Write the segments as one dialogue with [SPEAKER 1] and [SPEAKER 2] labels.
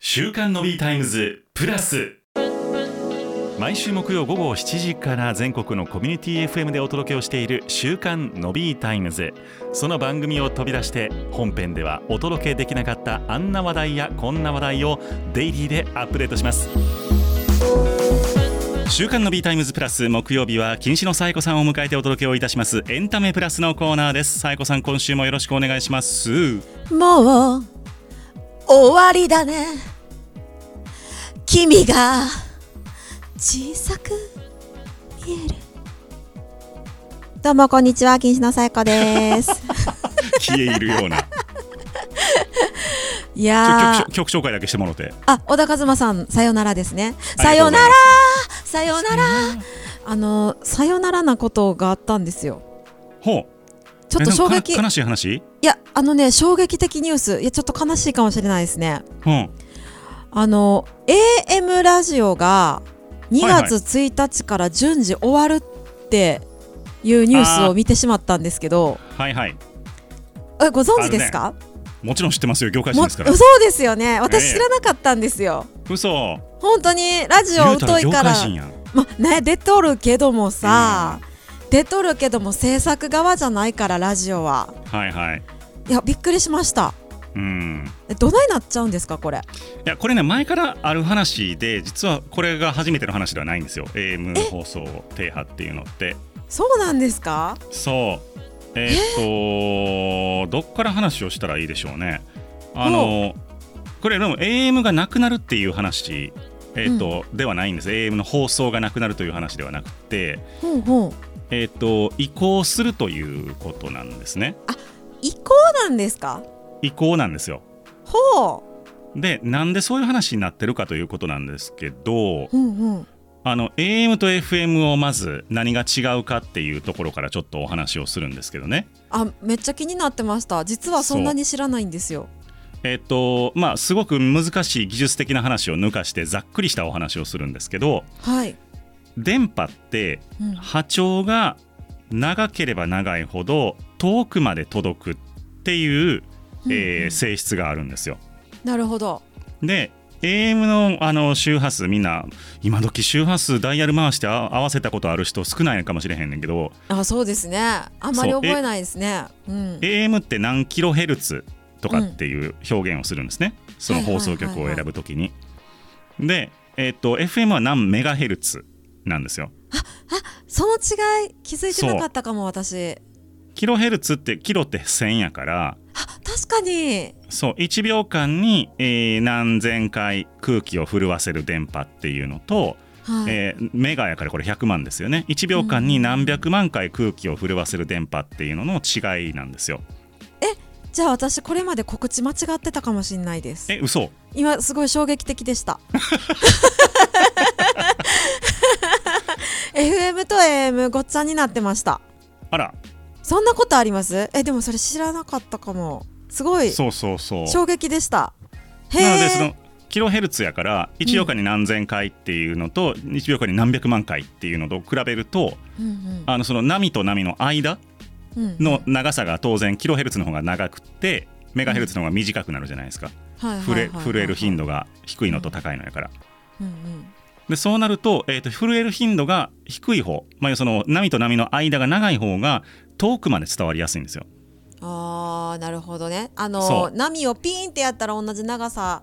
[SPEAKER 1] 週刊のビータイムズプラス毎週木曜午後7時から全国のコミュニティ FM でお届けをしている週刊のビータイムズその番組を飛び出して本編ではお届けできなかったあんな話題やこんな話題をデイリーでアップデートします週刊の B タイムズプラス木曜日は禁止のさえこさんを迎えてお届けをいたしますエンタメプラスのコーナーですさえこさん今週もよろしくお願いします
[SPEAKER 2] もう終わりだね君が小さく見えるどうもこんにちは金子のさえこです
[SPEAKER 1] 消え入るような
[SPEAKER 2] いやー
[SPEAKER 1] 曲曲曲紹介だけしてもろて
[SPEAKER 2] あ小田和正さんさよならですね
[SPEAKER 1] あ
[SPEAKER 2] さ
[SPEAKER 1] りがとうご
[SPEAKER 2] よ
[SPEAKER 1] ざ
[SPEAKER 2] ないら
[SPEAKER 1] ま
[SPEAKER 2] さよならあのさよならなことがあったんですよ
[SPEAKER 1] ほう
[SPEAKER 2] ちょっと
[SPEAKER 1] えなん
[SPEAKER 2] 衝
[SPEAKER 1] か
[SPEAKER 2] 撃
[SPEAKER 1] か
[SPEAKER 2] い
[SPEAKER 1] 悲しい話
[SPEAKER 2] やあのね衝撃的ニュースいやちょっと悲しいかもしれないですね
[SPEAKER 1] うん
[SPEAKER 2] あの AM ラジオが2
[SPEAKER 1] はいはい
[SPEAKER 2] 月1日から順次終わるっていうニュースを見てしまったんですけど、
[SPEAKER 1] はいはい
[SPEAKER 2] えご存知ですか？
[SPEAKER 1] もちろん知ってますよ業界人
[SPEAKER 2] も
[SPEAKER 1] ですから
[SPEAKER 2] そうですよね。
[SPEAKER 1] ええ
[SPEAKER 2] 私知らなかったんですよ。
[SPEAKER 1] 嘘
[SPEAKER 2] 本当にラジ
[SPEAKER 1] 言
[SPEAKER 2] オ
[SPEAKER 1] うたら
[SPEAKER 2] 疎い
[SPEAKER 1] 業
[SPEAKER 2] から
[SPEAKER 1] 界、人やん
[SPEAKER 2] まね出とるけどもさ、出とるけども制作側じゃないからラジオは。
[SPEAKER 1] はいはい
[SPEAKER 2] いやびっくりしました。
[SPEAKER 1] うん
[SPEAKER 2] えどないなっちゃうんですかこれ？
[SPEAKER 1] いやこれね前からある話で実はこれが初めての話ではないんですよ AM 放送停波っていうのって
[SPEAKER 2] そうなんですか？
[SPEAKER 1] そうえーっとどっから話をしたらいいでしょうねあのこれでも AM がなくなるっていう話えーっと、ではないんです AM の放送がなくなるという話ではなくて、
[SPEAKER 2] ほうほう。
[SPEAKER 1] えーっと移行するということなんですね
[SPEAKER 2] 移行なんですか？
[SPEAKER 1] 移行なんですよ
[SPEAKER 2] ほ
[SPEAKER 1] でなんでそういう話になってるかということなんですけど
[SPEAKER 2] う。うんうん。
[SPEAKER 1] あの AM と FM をまず何が違うかっていうところからちょっとお話をするんですけどね
[SPEAKER 2] あめっちゃ気になってました実はそんなに知らないんですよ
[SPEAKER 1] えっとまあすごく難しい技術的な話を抜かしてざっくりしたお話をするんですけど
[SPEAKER 2] はい、
[SPEAKER 1] 電波って
[SPEAKER 2] うん
[SPEAKER 1] 波長が長ければ長いほど遠くまで届くっていう、えー
[SPEAKER 2] うんうん
[SPEAKER 1] 性質があるんですよ。
[SPEAKER 2] なるほど
[SPEAKER 1] で AM のあの周波数みんな今時周波数ダイヤル回してあ合わせたことある人少ないかもしれへんねんけど
[SPEAKER 2] あそうですねあまり
[SPEAKER 1] そう
[SPEAKER 2] 覚
[SPEAKER 1] え
[SPEAKER 2] えないですねうん
[SPEAKER 1] AM って何キロヘルツとかっていう表現をするんですね、その放送局を選ぶときに。で、えっと FM は何メガヘルツなんですよ。
[SPEAKER 2] その違い気づいてなかったかも私
[SPEAKER 1] キロヘルツってキロって1000やから
[SPEAKER 2] あ確かに
[SPEAKER 1] そう1秒間に、えー何千回空気を震わせる電波っていうのと、
[SPEAKER 2] はい、
[SPEAKER 1] えーメガやからこれ100万ですよね1秒間に何百万回空気を震わせる電波っていうのの違いなんですよ。
[SPEAKER 2] じゃあ私これまで告知間違ってたかもしれないです
[SPEAKER 1] え嘘
[SPEAKER 2] 今すごい衝撃的でした FM と AM ごっちゃになってました
[SPEAKER 1] あら
[SPEAKER 2] そんなことありますえでもそれ知らなかったかもすごい
[SPEAKER 1] そうそうそう。
[SPEAKER 2] 衝撃でしたへ
[SPEAKER 1] なのでその
[SPEAKER 2] え
[SPEAKER 1] キロヘルツやから1秒間に何千回っていうのと1秒間に何百万回っていうのと比べると
[SPEAKER 2] うん
[SPEAKER 1] あのその波と波の間
[SPEAKER 2] うんうん
[SPEAKER 1] の長さが当然キロヘルツの方が長くってメガヘルツの方が短くなるじゃないですか
[SPEAKER 2] はいはい
[SPEAKER 1] 震
[SPEAKER 2] は
[SPEAKER 1] え
[SPEAKER 2] いはい
[SPEAKER 1] 震える頻度が低いのと高いのやから。
[SPEAKER 2] うんうん
[SPEAKER 1] でそうなると,、えー、と震える頻度が低い方、まあ、その波と波の間が長い方が遠くまで伝わりやすいんですよ。
[SPEAKER 2] あーなるほどねあ
[SPEAKER 1] そ
[SPEAKER 2] の
[SPEAKER 1] う
[SPEAKER 2] 波をピーンってやったら同じ長さ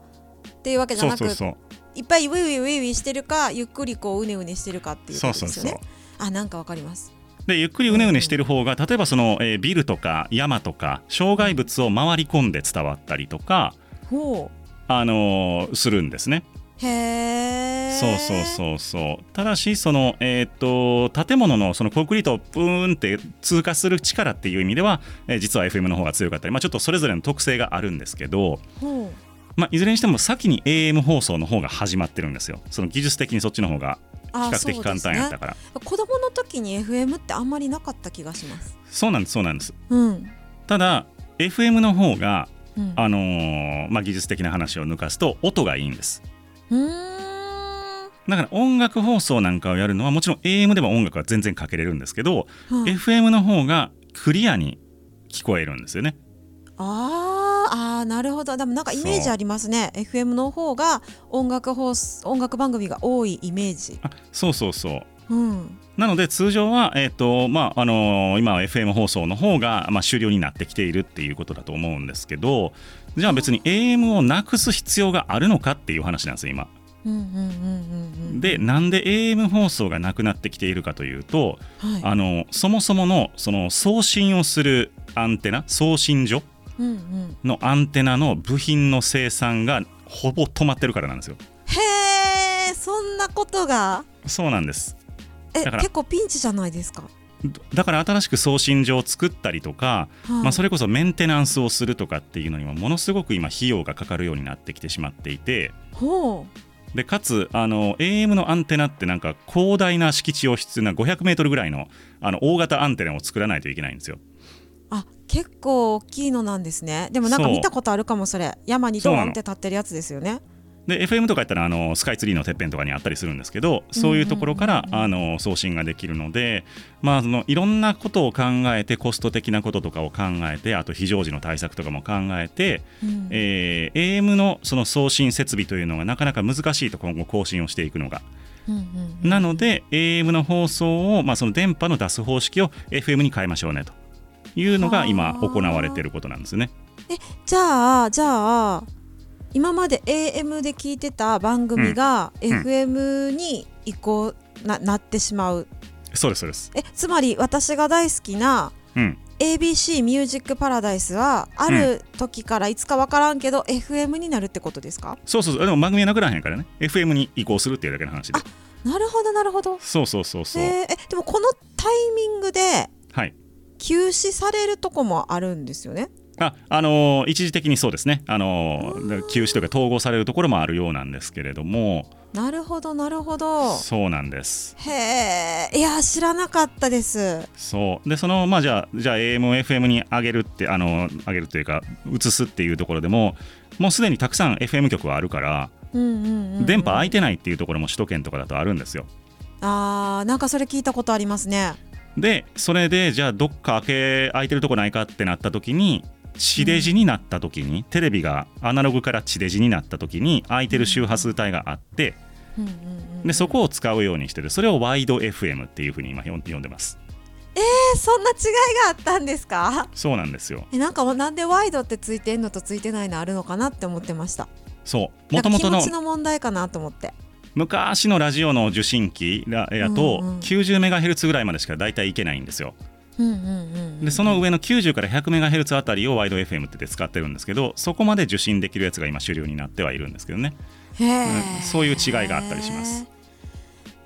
[SPEAKER 2] っていうわけじゃ
[SPEAKER 1] そ
[SPEAKER 2] な
[SPEAKER 1] うそ
[SPEAKER 2] く
[SPEAKER 1] うそう
[SPEAKER 2] いっぱいウィウィウィウィしてるかゆっくりこううねうねしてるかっていうこ
[SPEAKER 1] そうそ
[SPEAKER 2] とで
[SPEAKER 1] う
[SPEAKER 2] す
[SPEAKER 1] そ
[SPEAKER 2] よ
[SPEAKER 1] う
[SPEAKER 2] ねあなんかわかります
[SPEAKER 1] でゆっくりうねうねしてる方が例えばその、えービルとか山とか障害物を回り込んで伝わったりとか、
[SPEAKER 2] ほ
[SPEAKER 1] あのーするんですね。
[SPEAKER 2] うへえ
[SPEAKER 1] そうそうそうそうただしその、えーっと建物のそのコンクリートをブーンって通過する力っていう意味では、えー実は FM の方が強かったり、まあ、ちょっとそれぞれの特性があるんですけど、
[SPEAKER 2] ほう
[SPEAKER 1] まあ、いずれにしても先に AM 放送の方が始まってるんですよその技術的にそっちの方が比
[SPEAKER 2] あー
[SPEAKER 1] 較的簡単やったから
[SPEAKER 2] そうですね子供の時に FM ってあんまりなかった気がします
[SPEAKER 1] そうなんですそうなんです
[SPEAKER 2] うん
[SPEAKER 1] ただ FM の方が
[SPEAKER 2] うん
[SPEAKER 1] あのーまあ、技術的な話を抜かすと音がいいんです
[SPEAKER 2] うーん
[SPEAKER 1] だから音楽放送なんかをやるのはもちろん AM でも音楽は全然かけれるんですけど、
[SPEAKER 2] はい
[SPEAKER 1] FM の方がクリアに聞こえるんですよね
[SPEAKER 2] あーああなるほどでもなんかイメージありますね FM の方が音楽放送音楽番組が多いイメージ
[SPEAKER 1] あそうそうそう
[SPEAKER 2] うん
[SPEAKER 1] なので通常は、えっとまああの今は FM 放送の方が、まあ、終了になってきているっていうことだと思うんですけどじゃあ別に AM をなくす必要があるのかっていう話なんですよ今。
[SPEAKER 2] うんうんうんうんうん
[SPEAKER 1] でなんで AM 放送がなくなってきているかというと
[SPEAKER 2] はい
[SPEAKER 1] あのそもそものその送信をするアンテナ送信所
[SPEAKER 2] うんうん
[SPEAKER 1] のアンテナの部品の生産がほぼ止まってるからなんですよ。
[SPEAKER 2] へえそんなことが
[SPEAKER 1] そうなんです
[SPEAKER 2] え
[SPEAKER 1] だから
[SPEAKER 2] 結構ピンチじゃないですか、
[SPEAKER 1] だから新しく送信所を作ったりとか、
[SPEAKER 2] はい
[SPEAKER 1] まあ、それこそメンテナンスをするとかっていうのにもものすごく今費用がかかるようになってきてしまっていて
[SPEAKER 2] ほう
[SPEAKER 1] でかつあの AM のアンテナってなんか広大な敷地を必要な 500m ぐらいのあの大型アンテナを作らないといけないんですよ。
[SPEAKER 2] あ結構大きいのなんですねでもなんか
[SPEAKER 1] そう
[SPEAKER 2] 見たことあるかもそれ山にド
[SPEAKER 1] そうな
[SPEAKER 2] ーン
[SPEAKER 1] の
[SPEAKER 2] って立ってるやつですよね
[SPEAKER 1] で FM とかやったらあのスカイツリーのてっぺんとかにあったりするんですけどそういうところからあの送信ができるので、まあ、そのいろんなことを考えてコスト的なこととかを考えてあと非常時の対策とかも考えて、
[SPEAKER 2] うん
[SPEAKER 1] えー AM のその送信設備というのがなかなか難しいと今後更新をしていくのが。
[SPEAKER 2] うんうんうん
[SPEAKER 1] なので AM の放送を、まあ、その電波の出す方式を FM に変えましょうねというのが今
[SPEAKER 2] はあ
[SPEAKER 1] 行われていることなんですね。
[SPEAKER 2] じゃあじゃあ今まで AM で聞いてた番組が
[SPEAKER 1] ん
[SPEAKER 2] FM に移行ななってしまう
[SPEAKER 1] そうですそうです、
[SPEAKER 2] えつまり私が大好きな
[SPEAKER 1] うん、
[SPEAKER 2] ABC ミュージックパラダイスはある時からいつか分からんけど、FM になるってことですか
[SPEAKER 1] そうそうそうでも番組はなくならへんからね FM に移行するっていうだけの話で
[SPEAKER 2] あなるほどなるほど
[SPEAKER 1] そうそうそうそう、
[SPEAKER 2] へーえでもこのタイミングで
[SPEAKER 1] はい
[SPEAKER 2] 休止されるとこもあるんですよね
[SPEAKER 1] ああのー一時的にそうですね、あのー休止というか統合されるところもあるようなんですけれども
[SPEAKER 2] なるほどなるほど
[SPEAKER 1] そうなんです
[SPEAKER 2] へえいや知らなかったです
[SPEAKER 1] そうでそのまあじゃあじゃあ AM を FM に上げるってあのー上げるというか移すっていうところでももうすでにたくさん FM 局はあるから
[SPEAKER 2] うんうんうん、うん、
[SPEAKER 1] 電波空いてないっていうところも首都圏とかだとあるんですよ
[SPEAKER 2] あーなんかそれ聞いたことありますね
[SPEAKER 1] でそれでじゃあどっか開け空いてるとこないかってなった時に地デジになった時に、テレビがアナログから地デジになった時に空いてる周波数帯があって
[SPEAKER 2] うんうんうん
[SPEAKER 1] でそこを使うようにしてるそれをワイド FM っていうふうに今呼ん呼んでます
[SPEAKER 2] えそんな違いがあったんですか
[SPEAKER 1] そうなんですよ
[SPEAKER 2] えなんかなんでワイドってついてんのとついてないのあるのかなって思ってました
[SPEAKER 1] そうも
[SPEAKER 2] なんか
[SPEAKER 1] ともとの
[SPEAKER 2] 気持ちの問題かなと思って
[SPEAKER 1] 昔のラジオの受信機だやと
[SPEAKER 2] うんうん
[SPEAKER 1] 90MHz ぐらいまでしか大体いけないんですよ
[SPEAKER 2] うんうんうんうん
[SPEAKER 1] でその上の90から 100MHz あたりをワイド FM って使ってるんですけどそこまで受信できるやつが今主流になってはいるんですけどね
[SPEAKER 2] へ
[SPEAKER 1] う
[SPEAKER 2] え
[SPEAKER 1] んそういう違いがあったりします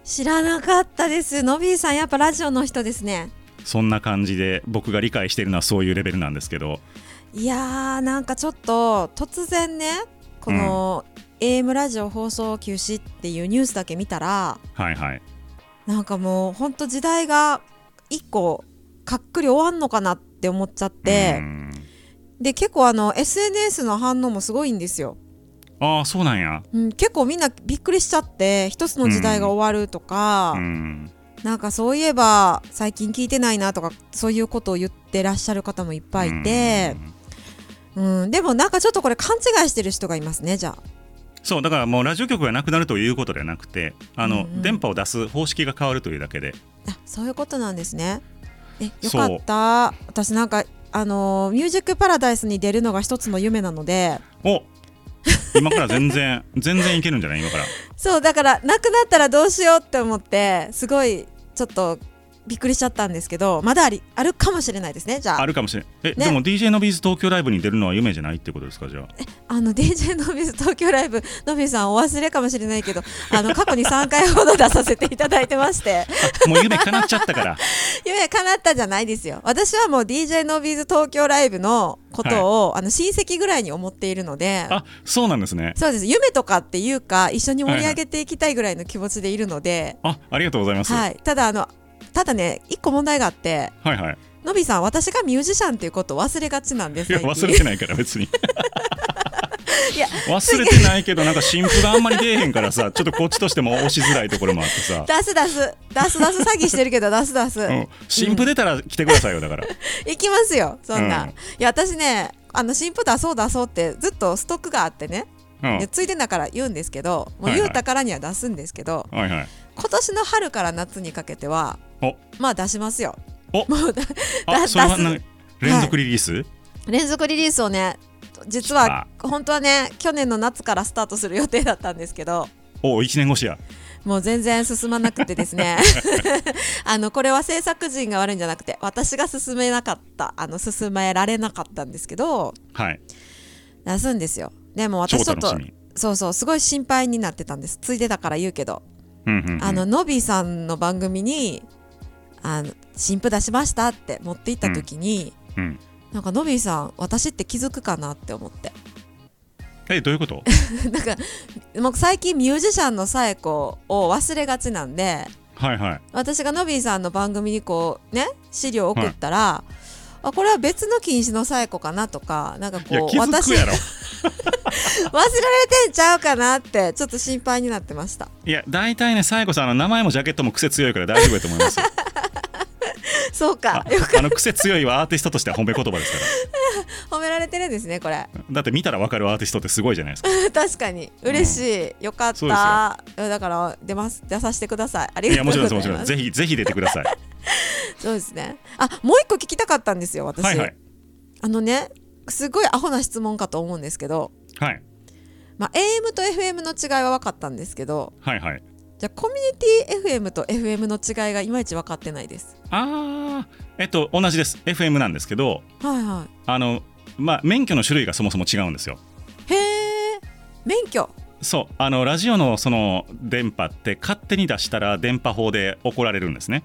[SPEAKER 2] 知らなかったですのびーさんやっぱラジオの人ですね
[SPEAKER 1] そんな感じで僕が理解しているのはそういうレベルなんですけど
[SPEAKER 2] いやーなんかちょっと突然ねこの AM ラジオ放送休止っていうニュースだけ見たら
[SPEAKER 1] はいはい
[SPEAKER 2] なんかもうほんと時代が一個かっくり終わんのかなって思っちゃっ
[SPEAKER 1] う
[SPEAKER 2] て
[SPEAKER 1] ん
[SPEAKER 2] で結構あの SNS の反応もすごいんですよ、
[SPEAKER 1] ああそうなんや
[SPEAKER 2] うん、結構みんなびっくりしちゃって一つの時代が終わるとか、
[SPEAKER 1] うん
[SPEAKER 2] なんかそういえば最近聞いてないなとかそういうことを言ってらっしゃる方もいっぱいいて、
[SPEAKER 1] うん
[SPEAKER 2] うんでもなんかちょっとこれ勘違いしてる人がいますねじゃあ。
[SPEAKER 1] そうだからもうラジオ局がなくなるということではなくてあの、
[SPEAKER 2] うんうん
[SPEAKER 1] 電波を出す方式が変わるというだけで
[SPEAKER 2] あそういうことなんですね。えよ
[SPEAKER 1] そう
[SPEAKER 2] かった私なんかあのーミュージックパラダイスに出るのが一つの夢なので
[SPEAKER 1] お今から全然 全然いけるんじゃない今から
[SPEAKER 2] そうだからなくなったらどうしようって思ってすごいちょっとびっくりしちゃったんですけどまだありあるかもしれないですねじゃあ
[SPEAKER 1] あるかもしれないえ、
[SPEAKER 2] ね
[SPEAKER 1] でも DJ のビーズ東京ライブに出るのは夢じゃないってことですかじゃあ
[SPEAKER 2] あの DJ のびず東京ライブのびさんお忘れかもしれないけどあの過去に3回ほど出させていただいてまして
[SPEAKER 1] もう夢叶っちゃったから
[SPEAKER 2] 夢叶ったじゃないですよ私はもう DJ のびず東京ライブのことを、あの親戚ぐらいに思っているので
[SPEAKER 1] あそうなんですね
[SPEAKER 2] そうです夢とかっていうか一緒に盛り上げていきたいぐらいの気持ちでいるので、
[SPEAKER 1] あありがとうございます、
[SPEAKER 2] はいただあのただね一個問題があって
[SPEAKER 1] はいはい
[SPEAKER 2] のびさん私がミュージシャンっていうことを忘れがちなんです
[SPEAKER 1] いや
[SPEAKER 2] 最近
[SPEAKER 1] 忘れてないから別に
[SPEAKER 2] いや
[SPEAKER 1] 忘れてないけどなんか新婦があんまり出えへんからさちょっとこっちとしても押しづらいところもあってさ
[SPEAKER 2] 出す出す出す出す詐欺してるけど出す出す、
[SPEAKER 1] うん、新婦出たら来てくださいよだから
[SPEAKER 2] 行きますよそんな、
[SPEAKER 1] うん
[SPEAKER 2] いや私ねあの新婦出そう出そうってずっとストックがあってね、
[SPEAKER 1] うん
[SPEAKER 2] いやついでだから言うんですけども
[SPEAKER 1] は
[SPEAKER 2] う
[SPEAKER 1] いはい
[SPEAKER 2] 言うたからには出すんですけど、
[SPEAKER 1] はいはい
[SPEAKER 2] 今年の春から夏にかけては
[SPEAKER 1] お
[SPEAKER 2] まあ出しますよ
[SPEAKER 1] お
[SPEAKER 2] もうだ
[SPEAKER 1] あ
[SPEAKER 2] だ
[SPEAKER 1] それは
[SPEAKER 2] 出す
[SPEAKER 1] な連続リリース、
[SPEAKER 2] 連続リリースをね実は本当はね去年の夏からスタートする予定だったんですけど
[SPEAKER 1] お一年越しや
[SPEAKER 2] もう全然進まなくてです ねあのこれは制作陣が悪いんじゃなくて私が進めなかったあの進められなかったんですけど
[SPEAKER 1] はい
[SPEAKER 2] 出すんですよでも
[SPEAKER 1] 超
[SPEAKER 2] 私ちょっ
[SPEAKER 1] 楽し
[SPEAKER 2] と
[SPEAKER 1] み
[SPEAKER 2] そうそうすごい心配になってたんですついでだから言うけど、
[SPEAKER 1] うんうんうん
[SPEAKER 2] あののびーさんの番組に「あの新婦出しました」って持って行った時に、
[SPEAKER 1] うん
[SPEAKER 2] なんかのびーさん私って気づくかなって思って
[SPEAKER 1] えどういう こと
[SPEAKER 2] なんかもう最近ミュージシャンのさえ子を忘れがちなんで
[SPEAKER 1] はいはい
[SPEAKER 2] 私がのびーさんの番組にこうね資料を送ったら、あこれは別の禁止のさえ子かなとかなんか
[SPEAKER 1] いや
[SPEAKER 2] こう
[SPEAKER 1] 気づく
[SPEAKER 2] 私 忘れ
[SPEAKER 1] やろ
[SPEAKER 2] られてんちゃうかなってちょっと心配になってました
[SPEAKER 1] いや大体ねさえこさんあの名前もジャケットも癖強いから大丈夫やと思い ますよ
[SPEAKER 2] そう
[SPEAKER 1] あ
[SPEAKER 2] かよ
[SPEAKER 1] あの癖強いはアーティストとしては褒め言葉ですか
[SPEAKER 2] 褒められてるんですねこれ
[SPEAKER 1] らだって見たらわかるアーティストってすごいじゃないですか
[SPEAKER 2] 確かに嬉しい、よかっ
[SPEAKER 1] そうですよ
[SPEAKER 2] たうんだから出ます出させてくださいあり
[SPEAKER 1] いや
[SPEAKER 2] がとう
[SPEAKER 1] も
[SPEAKER 2] ご
[SPEAKER 1] ち
[SPEAKER 2] ざ
[SPEAKER 1] ろ
[SPEAKER 2] い
[SPEAKER 1] ん
[SPEAKER 2] ま
[SPEAKER 1] ですすもちろんですぜひぜひ出てください
[SPEAKER 2] そうですねあもう一個聞きたかったんですよ私、
[SPEAKER 1] はいはい
[SPEAKER 2] あのねすごいアホな質問かと思うんですけど、
[SPEAKER 1] はい
[SPEAKER 2] まあ、AM と FM の違いは分かったんですけど
[SPEAKER 1] はいはい
[SPEAKER 2] じゃあコミュニティ FM と FM の違いがいまいち分かってないです
[SPEAKER 1] あーえっと同じです FM なんですけど
[SPEAKER 2] はいは
[SPEAKER 1] あのまあ免許の種類がそもそも違うんですよ
[SPEAKER 2] いへえ免許
[SPEAKER 1] そうあのラジオのその電波って勝手に出したら電波法で怒られるんですね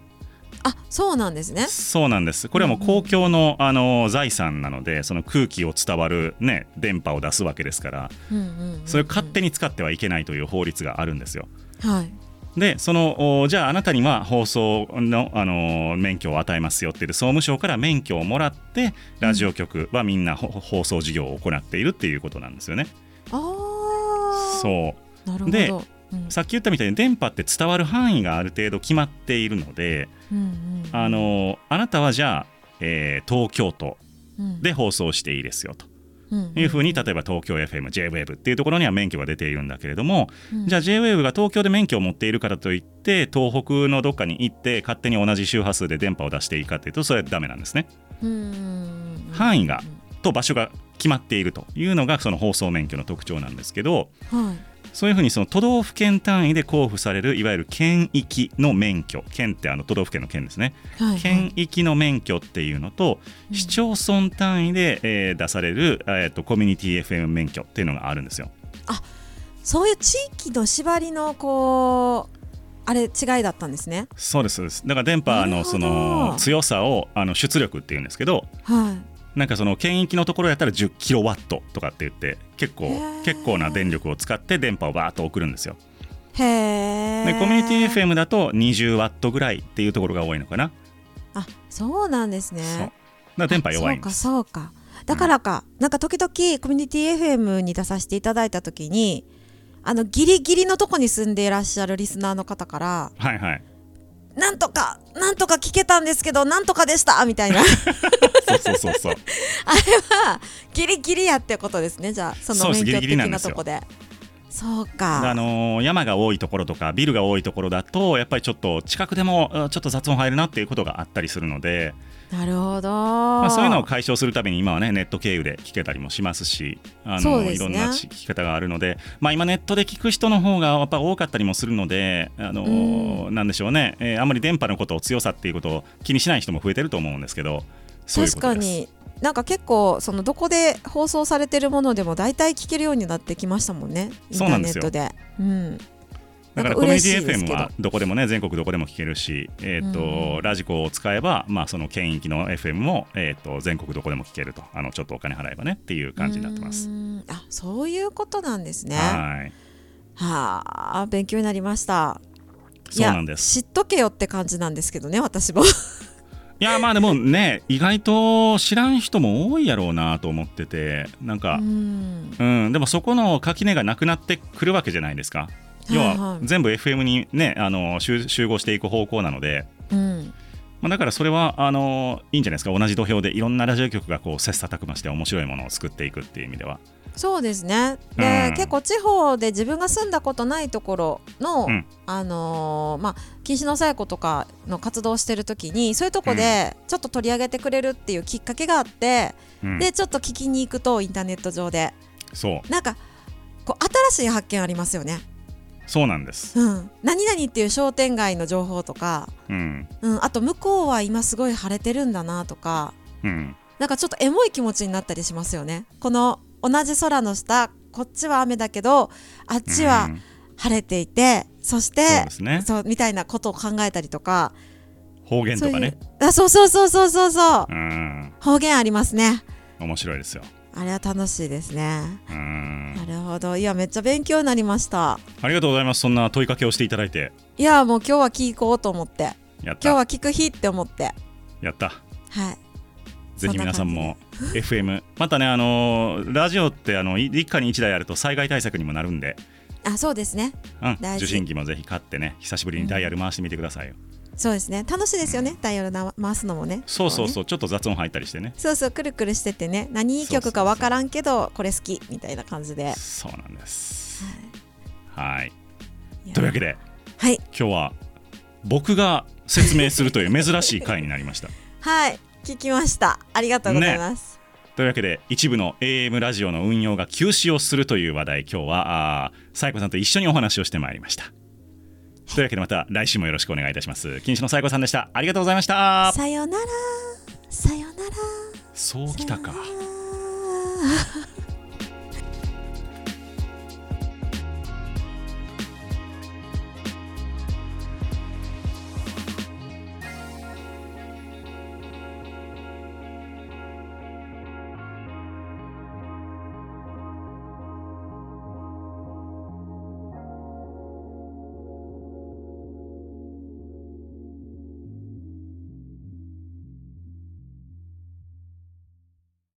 [SPEAKER 2] あそうなんですね
[SPEAKER 1] そうなんですこれはもう公共のあの財産なのでその空気を伝わる、ね、電波を出すわけですから
[SPEAKER 2] うんうん、うん、
[SPEAKER 1] それを勝手に使ってはいけないという法律があるんですよ。
[SPEAKER 2] はい
[SPEAKER 1] でそのおじゃああなたには放送の、あのー免許を与えますよっていう総務省から免許をもらってラジオ局はみんなほ放送事業を行っているっていうことなんですよね。
[SPEAKER 2] ああ
[SPEAKER 1] そう
[SPEAKER 2] なるほど
[SPEAKER 1] で
[SPEAKER 2] うん
[SPEAKER 1] うさっき言ったみたいに電波って伝わる範囲がある程度決まっているので、
[SPEAKER 2] うんうん
[SPEAKER 1] あのーあなたはじゃあ、えー東京都
[SPEAKER 2] うん
[SPEAKER 1] で放送していいですよと
[SPEAKER 2] うん
[SPEAKER 1] いうふうに例えば東京 FMJWAVE っていうところには免許が出ているんだけれども、
[SPEAKER 2] うん
[SPEAKER 1] じゃあ JWAVE が東京で免許を持っているからといって東北のどっかに行って勝手に同じ周波数で電波を出していいかっていうとそれはダメなんですね。
[SPEAKER 2] うんうんうん
[SPEAKER 1] 範囲がと場所が決まっているというのがその放送免許の特徴なんですけど
[SPEAKER 2] はい
[SPEAKER 1] そういうふうにその都道府県単位で交付されるいわゆる県域の免許県ってあの都道府県の県ですね
[SPEAKER 2] はい
[SPEAKER 1] 県域の免許っていうのと、
[SPEAKER 2] うん
[SPEAKER 1] 市町村単位で、えー出される、えー、とコミュニティ FM 免許っていうのがあるんですよ。
[SPEAKER 2] そういう地域の縛りのこうあれ違いだったんですね。
[SPEAKER 1] そうですそうですだから電波
[SPEAKER 2] な
[SPEAKER 1] の
[SPEAKER 2] るほど
[SPEAKER 1] その強さをあの出力っていうんですけど
[SPEAKER 2] は
[SPEAKER 1] なんかその県域のところやったら1 0キロワットとかって言って結構
[SPEAKER 2] へー
[SPEAKER 1] 結構な電力を使って電波をバーッと送るんですよ。
[SPEAKER 2] い。へえ。
[SPEAKER 1] でコミュニティ FM だと20ワットぐらいっていうところが多いのかな。
[SPEAKER 2] あ、そうなんですね。
[SPEAKER 1] そうだから電波弱いんです。
[SPEAKER 2] そうかそうか。だからか、なんか時々コミュニティ FM に出させていただいたときに、あのギリギリのとこに住んでいらっしゃるリスナーの方から、
[SPEAKER 1] はいはい。
[SPEAKER 2] なんとかなんとか聞けたんですけど、なんとかでしたみたいな。
[SPEAKER 1] そうそうそうそう。
[SPEAKER 2] あれはギリギリやってことですね。じゃあそ
[SPEAKER 1] そう
[SPEAKER 2] の
[SPEAKER 1] です
[SPEAKER 2] 免許
[SPEAKER 1] ギリギリ
[SPEAKER 2] 的
[SPEAKER 1] なんで
[SPEAKER 2] な
[SPEAKER 1] す
[SPEAKER 2] と
[SPEAKER 1] よ
[SPEAKER 2] こで。そう
[SPEAKER 1] あ
[SPEAKER 2] か。
[SPEAKER 1] のー山が多いところとかビルが多いところだとやっぱりちょっと近くでもあちょっと雑音入るなっていうことがあったりするので
[SPEAKER 2] なるほど。
[SPEAKER 1] ま
[SPEAKER 2] ま
[SPEAKER 1] あ、そういうのを解消するために今はねネット経由で聞けたりもしますしあ
[SPEAKER 2] そ
[SPEAKER 1] の、
[SPEAKER 2] うで
[SPEAKER 1] い
[SPEAKER 2] すね
[SPEAKER 1] ろんな聞き方があるので、まあ、今ネットで聞く人の方がやっぱ多かったりもするのであのーなんでしょうね、えーあんまり電波のことを強さっていうことを気にしない人も増えてると思うんですけどそういうこと
[SPEAKER 2] 確か
[SPEAKER 1] です
[SPEAKER 2] になんか結構そのどこで放送されてるものでも大体聞けるようになってきましたもんねインタ
[SPEAKER 1] そうな
[SPEAKER 2] ー
[SPEAKER 1] んで
[SPEAKER 2] ネ
[SPEAKER 1] すよ
[SPEAKER 2] ットで。うん
[SPEAKER 1] だから
[SPEAKER 2] なんか
[SPEAKER 1] コミュニ
[SPEAKER 2] 嬉し
[SPEAKER 1] テ
[SPEAKER 2] い
[SPEAKER 1] ィ
[SPEAKER 2] ですけ
[SPEAKER 1] FM
[SPEAKER 2] ど
[SPEAKER 1] はどこでもね全国どこでも聞けるし、えーと
[SPEAKER 2] うん
[SPEAKER 1] ラジコを使えば、まあ、その県域の FM も、えー、と全国どこでも聞けるとあのちょっとお金払えばねっていう感じになってま
[SPEAKER 2] う
[SPEAKER 1] す。
[SPEAKER 2] ーんあそういうことなんですね。は
[SPEAKER 1] はい
[SPEAKER 2] あ勉強になりました。い
[SPEAKER 1] そう
[SPEAKER 2] や
[SPEAKER 1] なんです
[SPEAKER 2] 知っとけよって感じなんですけどね私も。
[SPEAKER 1] いいやまあでもね意外と知らん人も多いやろうなと思っててなんか
[SPEAKER 2] う、ん
[SPEAKER 1] うん、でもそこの垣根がなくなってくるわけじゃないですか。要
[SPEAKER 2] はいは
[SPEAKER 1] はい全部 FM に、ね、あの集集合していく方向なので、
[SPEAKER 2] うん
[SPEAKER 1] まあ、だからそれはあのいいんじゃないですか同じ土俵でいろんなラジオ局がこう切磋琢磨して面白いものを作っていくっていう意味では。
[SPEAKER 2] そうですねで、
[SPEAKER 1] うん
[SPEAKER 2] 結構地方で自分が住んだことないところの、
[SPEAKER 1] うん
[SPEAKER 2] あのーまあ禁止のさや子とかの活動をしてる時にそういうとこでちょっと取り上げてくれるっていうきっかけがあって、
[SPEAKER 1] うん
[SPEAKER 2] でちょっと聞きに行くとインターネット上で
[SPEAKER 1] そう
[SPEAKER 2] なんかこう新しい発見ありますよね、
[SPEAKER 1] そうなんです、
[SPEAKER 2] うん、何々っていう商店街の情報とか、
[SPEAKER 1] うん
[SPEAKER 2] うん、あと向こうは今すごい晴れてるんだなとか
[SPEAKER 1] うん、
[SPEAKER 2] なんかちょっとエモい気持ちになったりしますよねこの同じ空の下こっちは雨だけどあっちは
[SPEAKER 1] うん
[SPEAKER 2] 晴れていて、そし
[SPEAKER 1] そう
[SPEAKER 2] て
[SPEAKER 1] ですね
[SPEAKER 2] そうみたいなことを考えたりとか
[SPEAKER 1] 方言
[SPEAKER 2] そ
[SPEAKER 1] と
[SPEAKER 2] うい
[SPEAKER 1] か
[SPEAKER 2] う
[SPEAKER 1] ね
[SPEAKER 2] あそうそうそうそうそうそう
[SPEAKER 1] うん
[SPEAKER 2] 方言ありますね
[SPEAKER 1] 面白いですよ。
[SPEAKER 2] あれは楽しいですね
[SPEAKER 1] うん
[SPEAKER 2] なるほどいやめっちゃ勉強になりました
[SPEAKER 1] ありがとうございますそんな問いかけをしていただいて
[SPEAKER 2] いやもう今日は聞こうと思って
[SPEAKER 1] やった
[SPEAKER 2] 今日は聞く日って思って
[SPEAKER 1] やった
[SPEAKER 2] はい
[SPEAKER 1] ぜひ皆さん
[SPEAKER 2] そん
[SPEAKER 1] も FM またねあのーラジオってあのい一家に一台あると災害対策にもなるんで、
[SPEAKER 2] あそうですね
[SPEAKER 1] うん、
[SPEAKER 2] 大事
[SPEAKER 1] 受信機もぜひ買ってね久しぶりにダイヤル回してみてくださいよ、
[SPEAKER 2] そうですね楽しいですよねダイヤルな回すのもね
[SPEAKER 1] そうそう
[SPEAKER 2] こね
[SPEAKER 1] そうちょっと雑音入ったりしてね
[SPEAKER 2] そうそうくるくるしててね何いい曲かわからんけどこれ好きみたいな感じで
[SPEAKER 1] そうなんですはい
[SPEAKER 2] いや
[SPEAKER 1] というわけで
[SPEAKER 2] はい
[SPEAKER 1] 今日は僕が説明するという珍しい回になりました
[SPEAKER 2] はい聞きましたありがとうございます、
[SPEAKER 1] というわけで一部の AM ラジオの運用が休止をするという話題今日はあーサイコさんと一緒にお話をしてまいりましたというわけでまた来週もよろしくお願いいたします金子のサイコさんでしたありがとうございました
[SPEAKER 2] さよならさよなら
[SPEAKER 1] そうきたか
[SPEAKER 2] さよなら